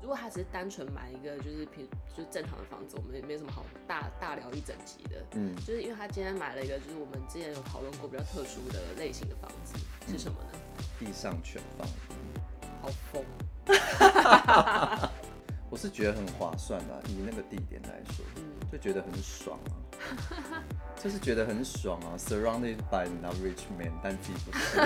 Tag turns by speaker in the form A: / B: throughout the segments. A: 如果他只是单纯买一个就是平就是正常的房子，我们也没什么好大大聊一整集的。
B: 嗯，
A: 就是因为他今天买了一个，就是我们之前有讨论过比较特殊的类型的房子是什么呢？
B: 地上全放。
A: 好疯！
B: 我是觉得很划算的、以那个地点来说，
A: 嗯
B: 就觉得很爽啊，就是觉得很爽啊，surrounded by not rich man，但自己不是，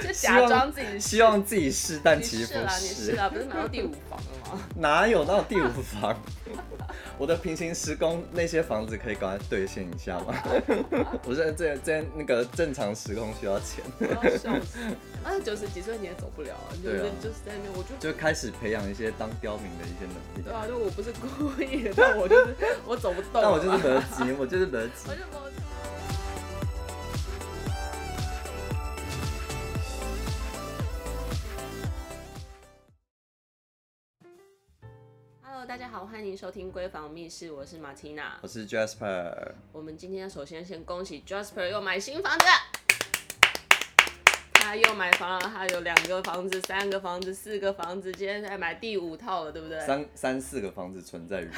A: 就假装自己是
B: 希望自己是，但
A: 你
B: 其实
A: 是
B: 不
A: 啦，你是啦，不是 买到第五房了吗？
B: 哪有到第五房？我的平行时空那些房子可以赶快兑现一下吗？ 我是这这那个正常时空需要钱，
A: 我要笑 死！而且九啊十几岁你也走不了啊，就是、
B: 对啊
A: 就是在那边，我就
B: 就开始培养一些当刁民的一些能
A: 对
B: 力。
A: 啊，就我不是故意的，但我就是我走不动了，啊
B: 但我就是得急，我就是得急
A: 我。就我就，Hello，大家好，欢迎收听《闺房密室》，我是马缇娜
B: 我。是 Jasper，
A: 我们今天首先先恭喜 Jasper 又买新房子了，他又买房了，他有两个房子、三个房子、四个房子，今天在买第五套了，对不对？
B: 三三四个房子存在于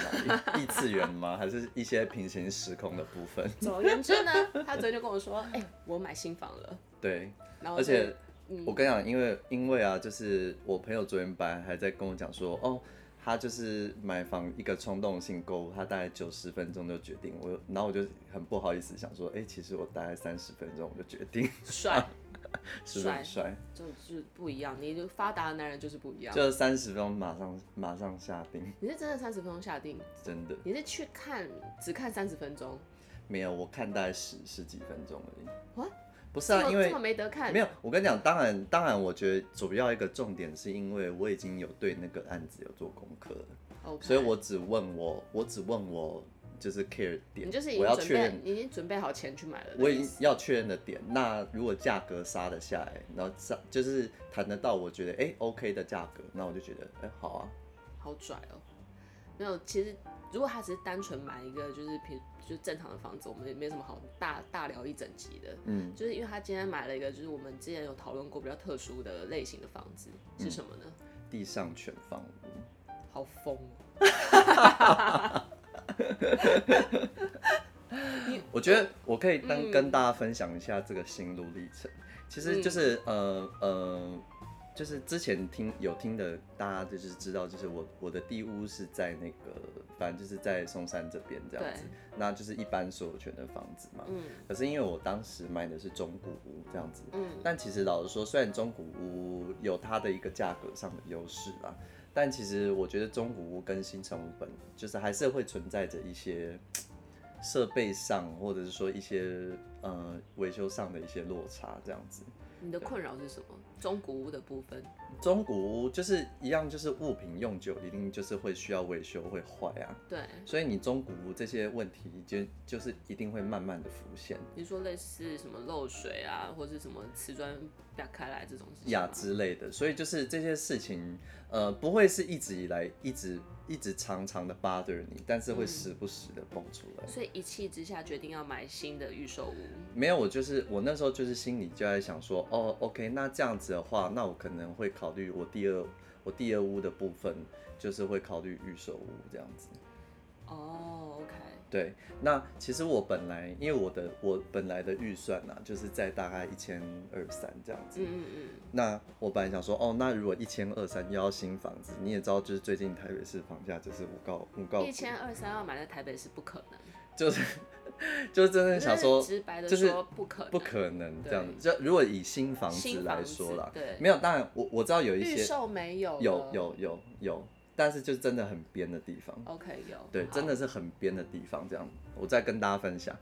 B: 哪里？异次元吗？还是一些平行时空的部分？
A: 总而言之呢，他昨天就跟我说，哎、我买新房了，
B: 对，
A: 然后
B: 而且
A: 嗯
B: 我跟你讲，因为因为啊，就是我朋友昨天本来还在跟我讲说，哦，他就是买房一个冲动性购物，他大概九十分钟就决定。我然后我就很不好意思想说，哎、其实我大概三十分钟我就决定，
A: 帅。
B: 是不是很帅？
A: 就是不一样，你就发达的男人就是不一样。
B: 就三十分钟马上马上下定，
A: 你是真的三十分钟下定，
B: 真的
A: 你是去看只看三十分钟，
B: 没有，我看大概十十几分钟而已
A: What？。
B: 不是
A: 这
B: 啊，
A: 么
B: 因为
A: 这么没得看，
B: 没有，我跟你讲，当然，当然，我觉得主要一个重点是因为我已经有对那个案子有做功课了，
A: OK，
B: 所以我只问我，我只问我就是 care 点，
A: 你就是已
B: 我
A: 经
B: 要
A: 准
B: 确
A: 备
B: 认，，
A: 你已经准备好钱去买了的意思。
B: 我已经要确认的点。那如果价格杀得下来，然后杀就是谈得到，我觉得哎、OK 的价格，那我就觉得哎、好啊，
A: 好拽哦。没有，其实如果他只是单纯买一个就是平就是正常的房子，我们也没什么好大大聊一整集的。
B: 嗯，
A: 就是因为他今天买了一个，就是我们之前有讨论过比较特殊的类型的房子
B: 嗯
A: 是什么呢？
B: 地上全放屋，
A: 好疯 哦！
B: 我觉得我可以跟、
A: 嗯
B: 跟大家分享一下这个心路历程。其实就是、
A: 嗯
B: 呃呃，就是之前听有听的，大家就是知道，就是我我的地屋是在那个，反正就是在松山这边这样子
A: 对，
B: 那就是一般所有权的房子嘛。
A: 嗯
B: 可是因为我当时买的是中古屋这样子，
A: 嗯，
B: 但其实老实说，虽然中古屋有它的一个价格上的优势啦，但其实我觉得中古屋跟新城屋本就是还是会存在着一些嘖设备上，或者是说一些呃维修上的一些落差这样子。
A: 你的困扰是什么？中古屋的部分。
B: 中古屋就是一样，就是物品用久一定就是会需要维修，会坏啊。
A: 对，
B: 所以你中古屋这些问题就就是一定会慢慢的浮现
A: 你说类似什么漏水啊，或是什么瓷砖打开来这种事情
B: 呀
A: 吗
B: 之类的，所以就是这些事情，呃，不会是一直以来一直一直长长的 bother 你，但是会时不时的蹦出来。
A: 所以一气之下决定要买新的预售屋。
B: 没有，我就是我那时候就是心里就在想说，哦，OK，那这样子的话，那我可能会考虑我第二我第二屋的部分，就是会考虑预售屋这样子。
A: 哦，OK、
B: 对，那其实我本来因为我的我本来的预算啊，就是在大概一千二三这样
A: o k
B: 子。
A: 嗯嗯
B: 那我本来想说，哦，那如果一千二三要新房子，你也知道，就是最近台北市房价就是五告五告
A: 嗯，一，千二三要买在台北是不可能。
B: 就是就是真的想说
A: 就是直白的
B: 就是
A: 说不可能，
B: 不可能这样子。就如果以新房子
A: 新
B: 来
A: 房子
B: 说啦，
A: 对
B: 没有，当然我我知道有一
A: 预
B: 些
A: 售没有了，
B: 有有有有，但是就真的很边的地方。
A: OK 有，
B: 对，
A: 好
B: 真的是很边的地方，这样我再跟大家分享，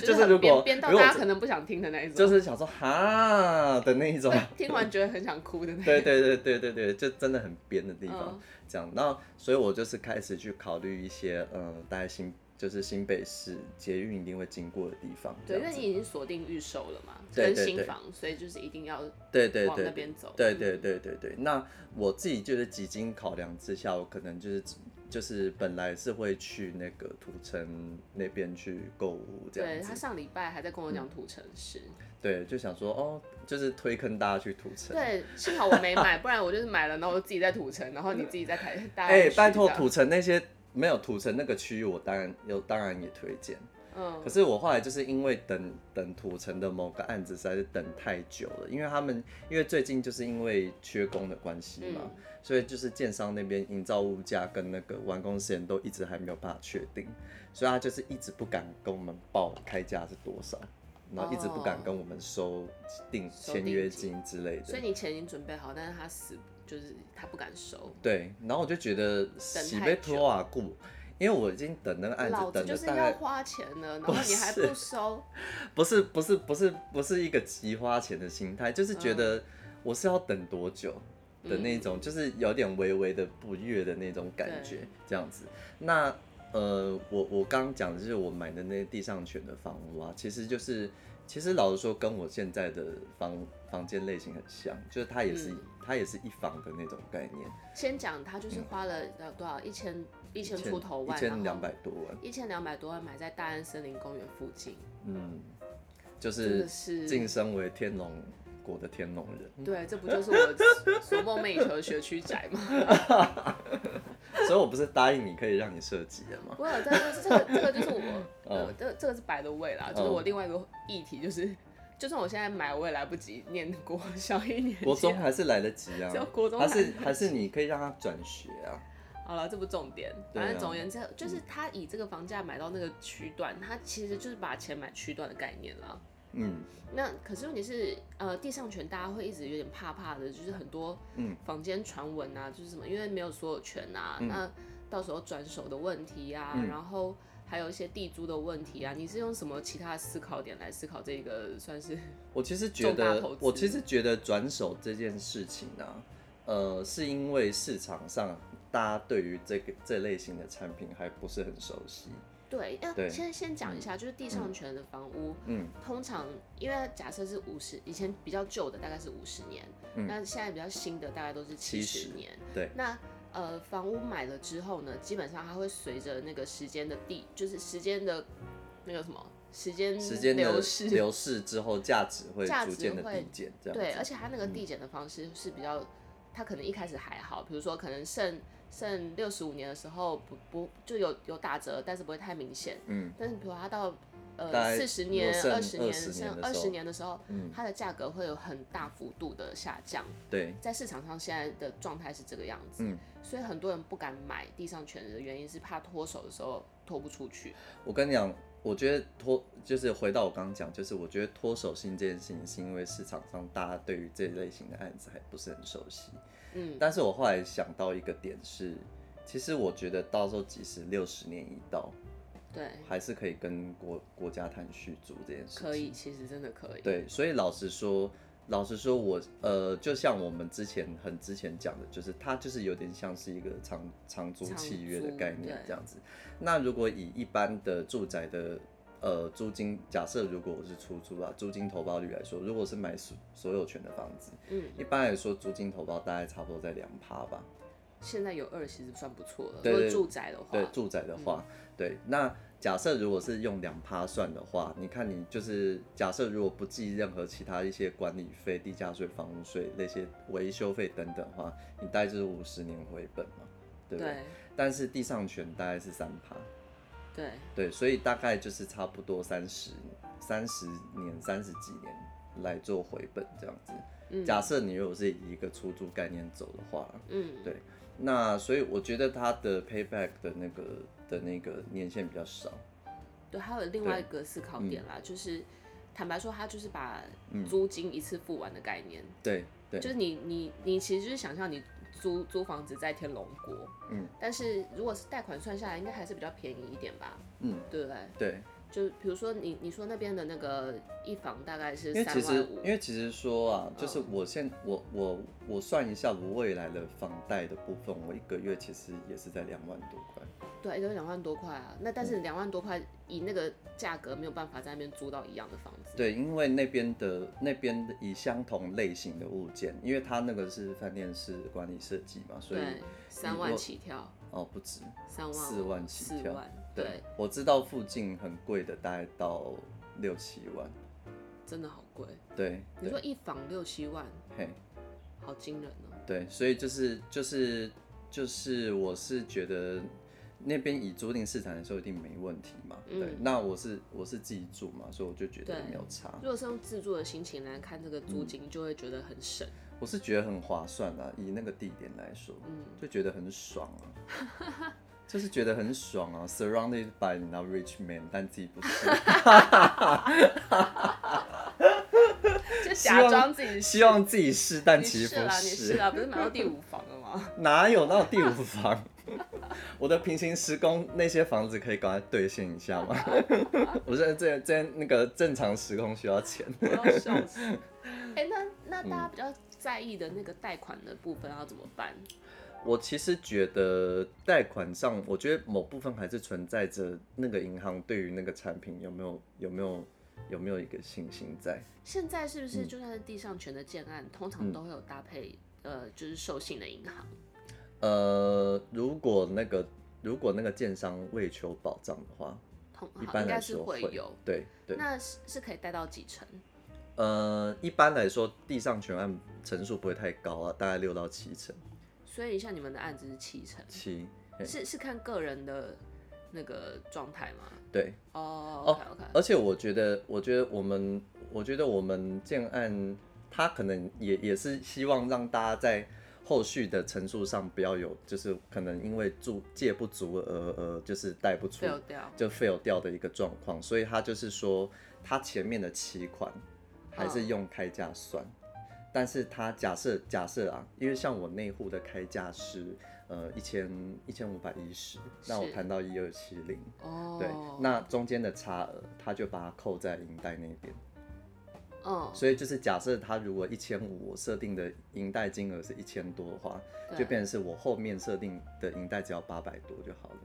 A: 就
B: 就是
A: 很
B: 如
A: 编
B: 果
A: 编到
B: 如果
A: 大家可能不想听的那一种，
B: 就是想说哈的那一种，
A: 听完觉得很想哭的那一种。
B: 对对对对对对，就真的很边的地方
A: 嗯，
B: 这样。那所以我就是开始去考虑一些，嗯、大概新就是新北市捷运一定会经过的地方，这
A: 对，因
B: 样
A: 为
B: 子。
A: 你已经锁定预售了嘛，
B: 对
A: 跟
B: 对
A: 新
B: 对
A: 房，所以就是一定要
B: 对对
A: 往那
B: 对，
A: 边走。
B: 对对对对对。那我自己就是几经考量之下，我可能就是就是本来是会去那个土城那边去购物这
A: 对
B: 样
A: 他
B: 子，嗯
A: 上礼拜还在跟我讲土城市，
B: 对，就想说哦，就是推坑大家去土城。
A: 对，幸好我没买，不然我就是买了，然后我自己在土城，然后你自己在台，大家
B: 哎、
A: 去
B: 拜托
A: 这样
B: 土城那些没有土城那个区域，我当然有，当然也推荐。
A: 嗯
B: 可是我后来就是因为等等土城的某个案子实在是等太久了，因为他们因为最近就是因为缺工的关系嘛，
A: 嗯
B: 所以就是建商那边营造物价跟那个完工时间都一直还没有办法确定，所以他就是一直不敢跟我们报开价是多少，然后一直不敢
A: 哦
B: 跟我们收定
A: 收
B: 签
A: 定
B: 约
A: 金
B: 金之类的。
A: 嗯所以你钱已经准备好，但是他死就是他不敢收，
B: 对，然后我就觉得喜被拖啊顾，因为我已经等那个案
A: 老子
B: 子等
A: 就
B: 了
A: 是
B: 大
A: 要
B: 概
A: 花钱了，然后你还
B: 不
A: 不
B: 是
A: 收，
B: 不是不是不是不是一个急花钱的心态，就是觉
A: 嗯
B: 得我是要等多久的那种，就是有点微微的不悦的那种感觉
A: 对，
B: 这样子。那呃，我我刚刚讲的就是我买的那地上权的房屋啊，其实就是其实老实说，跟我现在的房房间类型很像，就是它也是、
A: 嗯
B: 它也是一房的那种概念，
A: 先讲他就是花了呃多少一千一千出头
B: 一
A: 万，
B: 千两百多万。
A: 一千两百多万买在大安森林公园附近，
B: 嗯，就
A: 真
B: 是
A: 的是
B: 晋升为天龙国的天龙人，
A: 对，这不就是我所 梦寐以求的学区宅吗？
B: 所以我不是答应你可以让你设计的 吗？
A: 我有在，这这个这个 就是我，
B: 哦
A: 呃，这个这个是摆的位啦，就是我另外一个议题就是，就算我现在买，我也来不及念国小一年级，啊
B: 国中还是来得及啊
A: 只有，国中
B: 还是
A: 来
B: 还是你可以让他转学啊，
A: 好了，这不重点，
B: 对啊
A: 反正总而言之，就是他以这个房价买到那个区段，他其实就是把钱买区段的概念啦。
B: 嗯，
A: 那可是问题是，呃，地上权大家会一直有点怕怕的，就是很多
B: 嗯
A: 房间传闻啊，就是什么因为没有所有权啊，那到时候转手的问题啊，
B: 嗯
A: 然后还有一些地租的问题啊，你是用什么其他的思考点来思考这个算是
B: 我其实觉
A: 重大
B: 得
A: 投资，
B: 我其实觉得转手这件事情啊，呃，是因为市场上大家对于这个这类型的产品还不是很熟悉，
A: 对？要
B: 对
A: 先先讲一下，就是地上权的房屋，
B: 嗯，
A: 通常因为假设是五十，以前比较旧的大概是五十年，
B: 嗯
A: 那现在比较新的大概都是七十
B: 70
A: 年。
B: 对，
A: 那呃，房屋买了之后呢，基本上它会随着那个时间的地，就是时间的那个什么时间
B: 时间
A: 嗯
B: 的
A: 流逝，
B: 流逝之后，价值会
A: 价值
B: 逐渐的
A: 会
B: 递减，这样
A: 对，
B: 子嗯
A: 而且它那个递减的方式是比较，它可能一开始还好，比如说可能剩剩六十五年的时候不不就有有打折，但是不会太明显。
B: 嗯，
A: 但是比如它到
B: 大
A: 呃
B: 概
A: 四十年、
B: 如果
A: 二十
B: 剩
A: 年、
B: 20年
A: 剩
B: 的
A: 二
B: 时
A: 十
B: 候嗯
A: 年的时候，它的价格会有很大幅度的下降。
B: 对，
A: 在市场上现在的状态是这个样子，
B: 嗯
A: 所以很多人不敢买地上权的原因是怕脱手的时候脱不出去。
B: 我跟你讲，我觉得脱就是回到我刚刚讲，就是我觉得脱手性这件事情，是因为市场上大家对于这类型的案子还不是很熟悉。
A: 嗯，
B: 但是我后来想到一个点是，其实我觉得到时候即使六十年一到，
A: 对，
B: 还是可以跟国国家谈续租这件事情。
A: 哎可以，其实真的可以。
B: 对，所以老实说，老实说我，呃，就像我们之前很之前讲的，就是它就是有点像是一个长长租
A: 长
B: 契约的
A: 租
B: 概念
A: 对
B: 这样子。那如果以一般的住宅的呃租金，假设如果我是出租啊，租金投报率来说，如果是买所所有权的房子，
A: 嗯，
B: 一般来说租金投报大概差不多在两趴吧。
A: 现在有二其实算不错了，
B: 对
A: 如果
B: 对
A: 住宅的话，嗯
B: 对住宅的话，对，那假设如果是用两趴算的话，你看你就是假设如果不计任何其他一些管理费、地价税、房屋税那些维修费等等的话，你大概就是五十年回本嘛，对不对？
A: 对
B: 但是地上权大概是三趴，
A: 对
B: 对，所以大概就是差不多三十、三十年、三十几年来做回本这样子。假设你如果是以一个出租概念走的话，
A: 嗯，
B: 对，那所以我觉得它的 payback 的那个的那个年限比较少。
A: 对，还有另外一个思考点
B: 嗯
A: 啦，就是坦白说，它就是把租金一次付完的概念，
B: 对嗯对
A: 就是你你你其实就是想象你租租房子在天龙国，
B: 嗯，
A: 但是如果是贷款算下来，应该还是比较便宜一点吧，
B: 嗯，
A: 对不对？
B: 对，
A: 就比如说你你说那边的那个一房大概是
B: 因为其
A: 三
B: 实
A: 万五，嗯
B: 因为其实说啊，就是我现我我我算一下我未来的房贷的部分，我一个月其实也是在两万多块。
A: 对，一个月两万多块啊。那但
B: 嗯
A: 是两万多块以那个价格没有办法在那边租到一样的房子。
B: 对，因为那边的那边的以相同类型啊的物件，因为它那个是饭店式管理设计嘛，所以
A: 对，三万起跳，
B: 哦、哦，不止
A: 三万
B: 四万起
A: 四
B: 跳
A: 万，
B: 对
A: 对，，
B: 我知道附近很贵的，大概到六七万。
A: 真的好贵。
B: 对
A: 你
B: 对
A: 说，一房六七万，
B: 嘿，
A: 好惊人哦。
B: 对，所以就是就是就是，我是觉得那边以租赁市场来说一定没问题嘛。对，
A: 嗯
B: 那我是我是自己住嘛，所以我就觉得
A: 对
B: 没有差。
A: 如果是用自住的心情来看这个租金，就会觉得很 省。
B: 我是觉得很划算啦，以那个地点来说，
A: 嗯
B: 就觉得很爽啊， 就是觉得很爽啊，surrounded by 你知道 rich man，但自己不是，
A: 就
B: 希望
A: 假装自己是
B: 希望自己是，但
A: 你
B: 其实
A: 是
B: 不
A: 啦，你是啦，不是买到第五房了 吗？
B: 哪有到第五房？ 我的平行时空那些房子可以赶快兑现一下吗？ 我这这这那个正常时空需要钱。
A: 我要笑死。哎、那那大
B: 嗯
A: 家比较在意的那个贷款的部分要怎么办？
B: 我其实觉得贷款上，我觉得某部分还是存在着那个银行对于那个产品有没有有没有有没有一个信心在。
A: 现在是不
B: 嗯
A: 是就算是地上权的建案，通常都会有搭配呃，就是授信的银行？
B: 呃，如果那个如果那个建商为求保障的话，
A: 通
B: 一
A: 好
B: 般
A: 应该
B: 来
A: 是
B: 说
A: 会
B: 会
A: 有。
B: 对对。
A: 那是是可以贷到几成？
B: 呃，一般来说，地上权案层数不会太高啊，大概六到七成，
A: 所以像你们的案子是七成，
B: 七。嘿
A: 是是看个人的那个状态吗？
B: 对，
A: 哦，OK OK，
B: 而且我觉得，我觉得我们，我觉得我们建案，它可能也也是希望让大家在后续的陈述上不要有，就是可能因为住借不足而而就是贷不出，
A: fail 掉。
B: 就 fail 掉的一个状况，所以他就是说，他前面的期款还是用开价算，但是他假设假设啊，因为像我内户的开价是呃一千一千五百一十，那我
A: 是
B: 谈到一二七零。
A: 哦，
B: 对，那中间的差额，他就把它扣在银贷那边。
A: 嗯，
B: 所以就是假设他如果一千五，我设定的银贷金额是一千多的话，就
A: 对
B: 变成是我后面设定的银贷只要八百多就好了。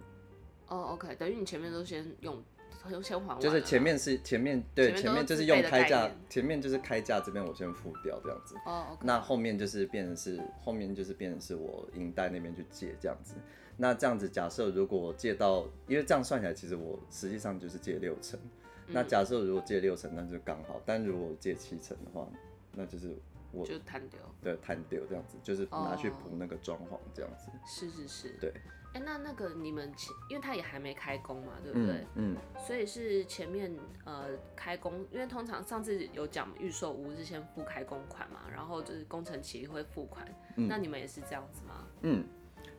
A: 哦，OK，等于你前面都先用，先先还完了啦，
B: 就是前面是前面对
A: 前面
B: 前面
A: 都
B: 就是
A: 自
B: 是用
A: 备的
B: 开
A: 概
B: 价
A: 念，
B: 前面就是开价这边我先付掉这样子。
A: 哦，OK，
B: 那后面就是变成是后面就是变成是我银贷那边去借这样子。那这样子，假设如果我借到，因为这样算起来，其实我实际上就是借六成。
A: 嗯
B: 那假设如果借六成，那就刚好；但如果我借七成的话，那就是我
A: 就摊掉。
B: 的摊丢这样子，就是拿去补
A: 哦
B: 那个装潢这样子。
A: 是是是，
B: 对。
A: 哎、那那个你们前，因为他也还没开工嘛，对不对？
B: 嗯，
A: 所以是前面呃开工，因为通常上次有讲预售屋是先付开工款嘛，然后就是工程期会付款，
B: 嗯
A: 那你们也是这样子吗？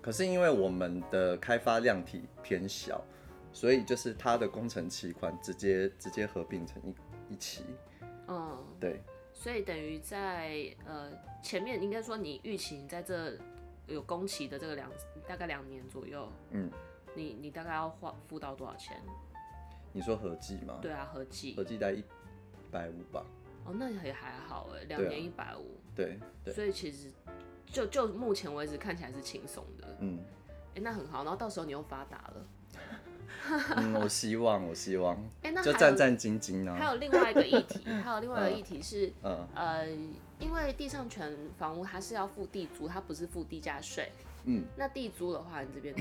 B: 可是因为我们的开发量体偏小，所以就是它的工程期款直接直接合并成一一期。
A: 嗯，
B: 对，
A: 所以等于在呃前面应该说你预期你在这有工期的这个两大概两年左右，
B: 嗯，
A: 你你大概要花付到多少钱？
B: 你说合计吗？
A: 对啊，合计
B: 合计在一百五吧。
A: 哦，那也还好哎，两
B: 对啊
A: 年一百五，
B: 对对，
A: 所以其实就就目前为止看起来是轻松的，
B: 嗯
A: 哎、那很好。然后到时候你又发达了，
B: 嗯，我希望，我希望，
A: 哎、 那
B: 就
A: 还
B: 战
A: 有
B: 战兢兢
A: 还
B: 啊。
A: 有另外一个议 题，还有另外一个议题是，
B: 嗯
A: 呃，因为地上权房屋它是要付地租，它不是付地价税。
B: 嗯，
A: 那地租的话，你这边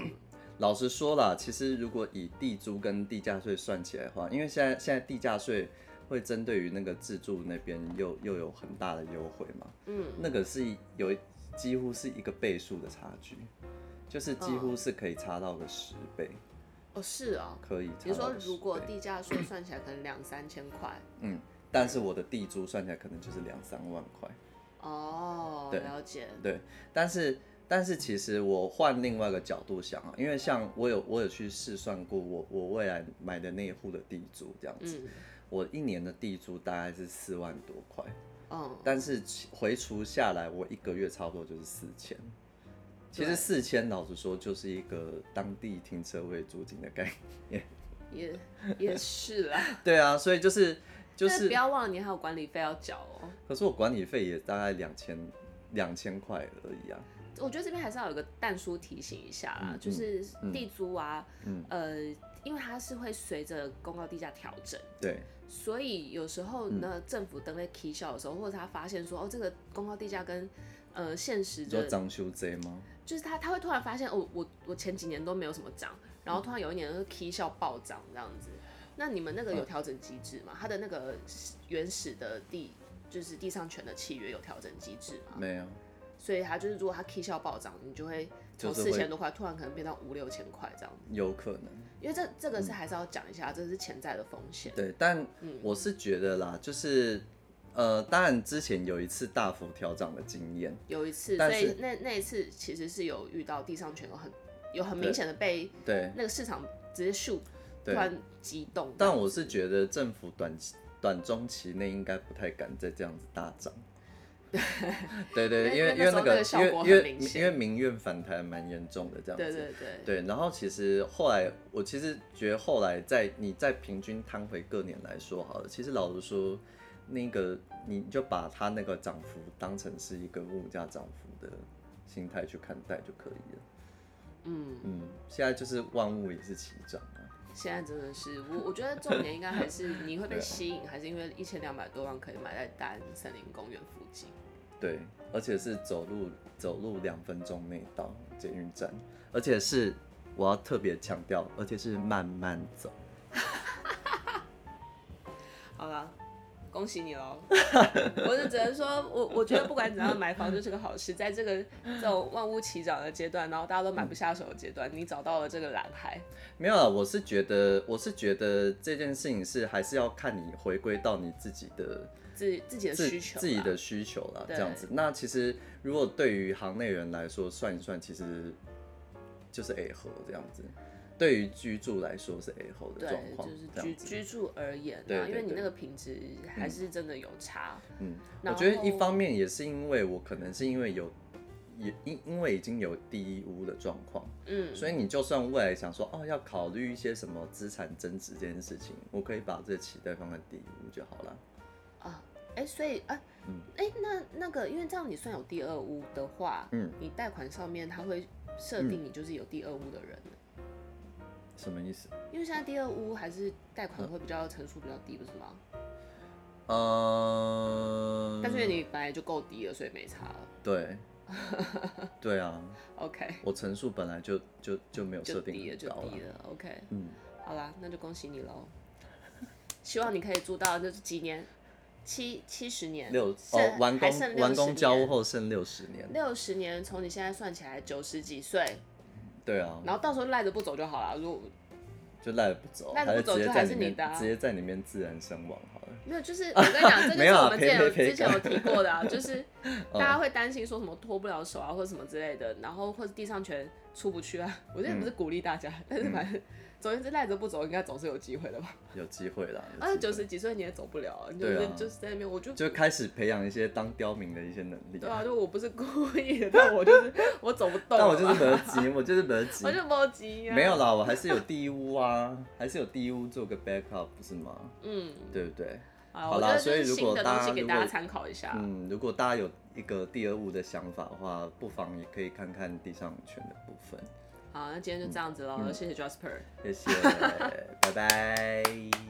B: 老实说啦，其实如果以地租跟地价税算起来的话，因为现在现在地价税会针对于那个自住那边又又有很大的优惠嘛，
A: 嗯，
B: 那个是有几乎是一个倍数的差距，就是几
A: 嗯
B: 乎是可以差到个十倍，
A: 哦是哦，
B: 可以
A: 你
B: 差到
A: 说
B: 个
A: 如
B: 10
A: 果
B: 倍
A: 地价税算起来可能两三千块，
B: 嗯，但是我的地租算起来可能就是两三万块。
A: 哦，
B: 对
A: 了解，
B: 对，但是但是其实我换另外一个角度想啊，因为像我有我有去试算过我我未来买的那一户的地租这样子，
A: 嗯
B: 我一年的地租大概是四万多块，
A: 嗯，
B: 但是其回除下来，我一个月差不多就是四千。其
A: 对
B: 实四千，老实说，就是一个当地停车位租金的概念。
A: 也也是啦，
B: 对啊，所以就是 就
A: 但
B: 是
A: 不，要忘了你还有管理费要缴哦。
B: 可是我管理费也大概两千两千块而已啊。
A: 我觉得这边还是要有个淡书提醒一下啦，
B: 嗯
A: 就是地租啊，
B: 嗯
A: 呃，因为它是会随着公告地价调整，
B: 对，
A: 所
B: 嗯
A: 以有时候呢，政府登在 K 效的时候，或者他发现说，哦，这个公告地价跟呃现实
B: 你说
A: 的，
B: 张修贼吗？
A: 就是他他会突然发现，哦，我我前几年都没有什么涨，然后突然有一年就 K 笑暴涨这样子。那你们那
B: 嗯
A: 个有调整机制吗？他的那个原始的地就是地上权的契约有调整机制吗？
B: 没有，
A: 所以他就是如果他 K 笑暴涨，你就会从
B: 就是
A: 四
B: 会
A: 千多块突然可能变到五六千块这样。
B: 有可能。
A: 因为这这个是还是要讲一下，这是潜在的风险。
B: 对，但
A: 嗯
B: 我是觉得啦，就是呃，当然之前有一次大幅调涨的经验，
A: 有一次，
B: 但
A: 所
B: 是
A: 以那那一次其实是有遇到地上权有很有很明显的被
B: 对
A: 那个市场直接 shoot 突
B: 对，
A: 然激动。
B: 但我是觉得政府短期、短中期内应该不太敢再这样子大 涨。对对，对因为
A: 因
B: 因
A: 为那
B: 为
A: 时候
B: 个
A: 那个效果
B: 因为因
A: 很
B: 为
A: 明显
B: 因为民怨反弹蛮严重的这样
A: 对
B: 子。
A: 对对，
B: 对，然后其实后来，我其实觉得后来在你再平均摊回各年来说好了，其实老实说，那个你就把它那个涨幅当成是一个物价涨幅的心态去看待就可以了。
A: 嗯，
B: 嗯，现在就是万物也是齐涨啊。
A: 现在真的是我，我觉得重点应该还是你会被
B: 啊
A: 吸引，还是因为一千两百多万可以买在大安森林公园附近。
B: 对，而且是走路走路两分钟内到捷运站，而且是我要特别强调，而且是慢慢走。
A: 好啦，恭喜你 喽！我就只能说，我我觉得不管怎样，买房就是个好事。在这个这种万物齐涨的阶段，然后大家都买不下手的阶段，你找到了这个蓝海。
B: 没有啊，我是觉得，我是觉得这件事情是还是要看你回归到你自己的
A: 自自己的
B: 自
A: 需求啦，
B: 自己的需求啦，
A: 对
B: 这样子。那其实如果对于行内人来说，算一算，其实就是 A 合这样子。对于居住来说是 A 后的状
A: 对，
B: 况，
A: 就是
B: 这
A: 居
B: 样子。
A: 居住而言啊，
B: 对对
A: 因为你
B: 对
A: 那个品质还是真的有差。
B: 嗯，我
A: 然
B: 觉得一
A: 后
B: 方面也是因为我可能是因为有，也因因为已经有第一屋的状况，
A: 嗯，
B: 所以你就算未来想说哦要考虑一些什么资产增值这件事情，我可以把这个期待放在第一屋就好了。
A: 啊，哎、所以啊，
B: 嗯
A: 哎、那那个，因为这样你算有第二屋的话，
B: 嗯，
A: 你贷款上面它会设定你就是有第二屋的人，
B: 什么意思？
A: 因为现在第二屋还是贷款
B: 嗯
A: 会比较成数比较低，不是吗？
B: 呃，
A: 但是因为你本来就够低了，所以没差了。
B: 对， 对啊，
A: OK，
B: 我层数本来就就就没有
A: 就
B: 设定
A: 低了
B: 很
A: 就
B: 高
A: 低
B: 了，
A: 了。OK，
B: 嗯，
A: 好啦，那就恭喜你喽。希望你可以住到就是几年，七七十年，
B: 六
A: 剩
B: 哦完
A: 还剩
B: 工完工交
A: 60
B: 屋
A: 年
B: 后剩六十年，
A: 六十年，从你现在算起来九十几岁，
B: 对啊，
A: 然后到时候赖着不走就好了。如果
B: 就赖着不走，
A: 赖着
B: 还
A: 不
B: 是
A: 走
B: 直
A: 就
B: 接在
A: 还
B: 里
A: 是你
B: 面
A: 的啊
B: 直接在里面自然身亡好了。
A: 没有， 就是我跟你讲，这个是
B: 没哦有啊
A: 我们之前有
B: 陪陪陪
A: 之前有提过 的啊，就是大家会担心说什么脱不了手啊，或者什么之类的，然后或者地上权出不去啊。我现在不
B: 嗯
A: 是鼓励大家，但是反正总而言之赖着不走，应该总是有机会的吧。
B: 有机会啦。有
A: 而且啊
B: 机
A: 九
B: 会
A: 十几岁你也走不了啊，你就是、
B: 对啊
A: 就是在那边，我就
B: 就开始培养一些当刁民的一些能力。
A: 对啊，就我不是故意的，但我就是我走不动了
B: 但
A: 嘛，
B: 我就是得急，我就是得急
A: 我。就没急啊，
B: 没有啦，我还是有第一屋啊， 还是有第一屋做个 backup 不是吗？
A: 嗯，
B: 对不对？
A: 啊，
B: 好
A: 我觉
B: 啦
A: 得就
B: 所以
A: 是
B: 如
A: 新
B: 果
A: 的
B: 大
A: 东
B: 家
A: 西给
B: 如
A: 大家
B: 果
A: 参考一下。
B: 嗯，如果大家有一个第二屋的想法的话，不妨也可以看看地上权的部分。嗯
A: 好，那今天就这样子喽，谢谢 Jasper。
B: 谢谢，拜拜。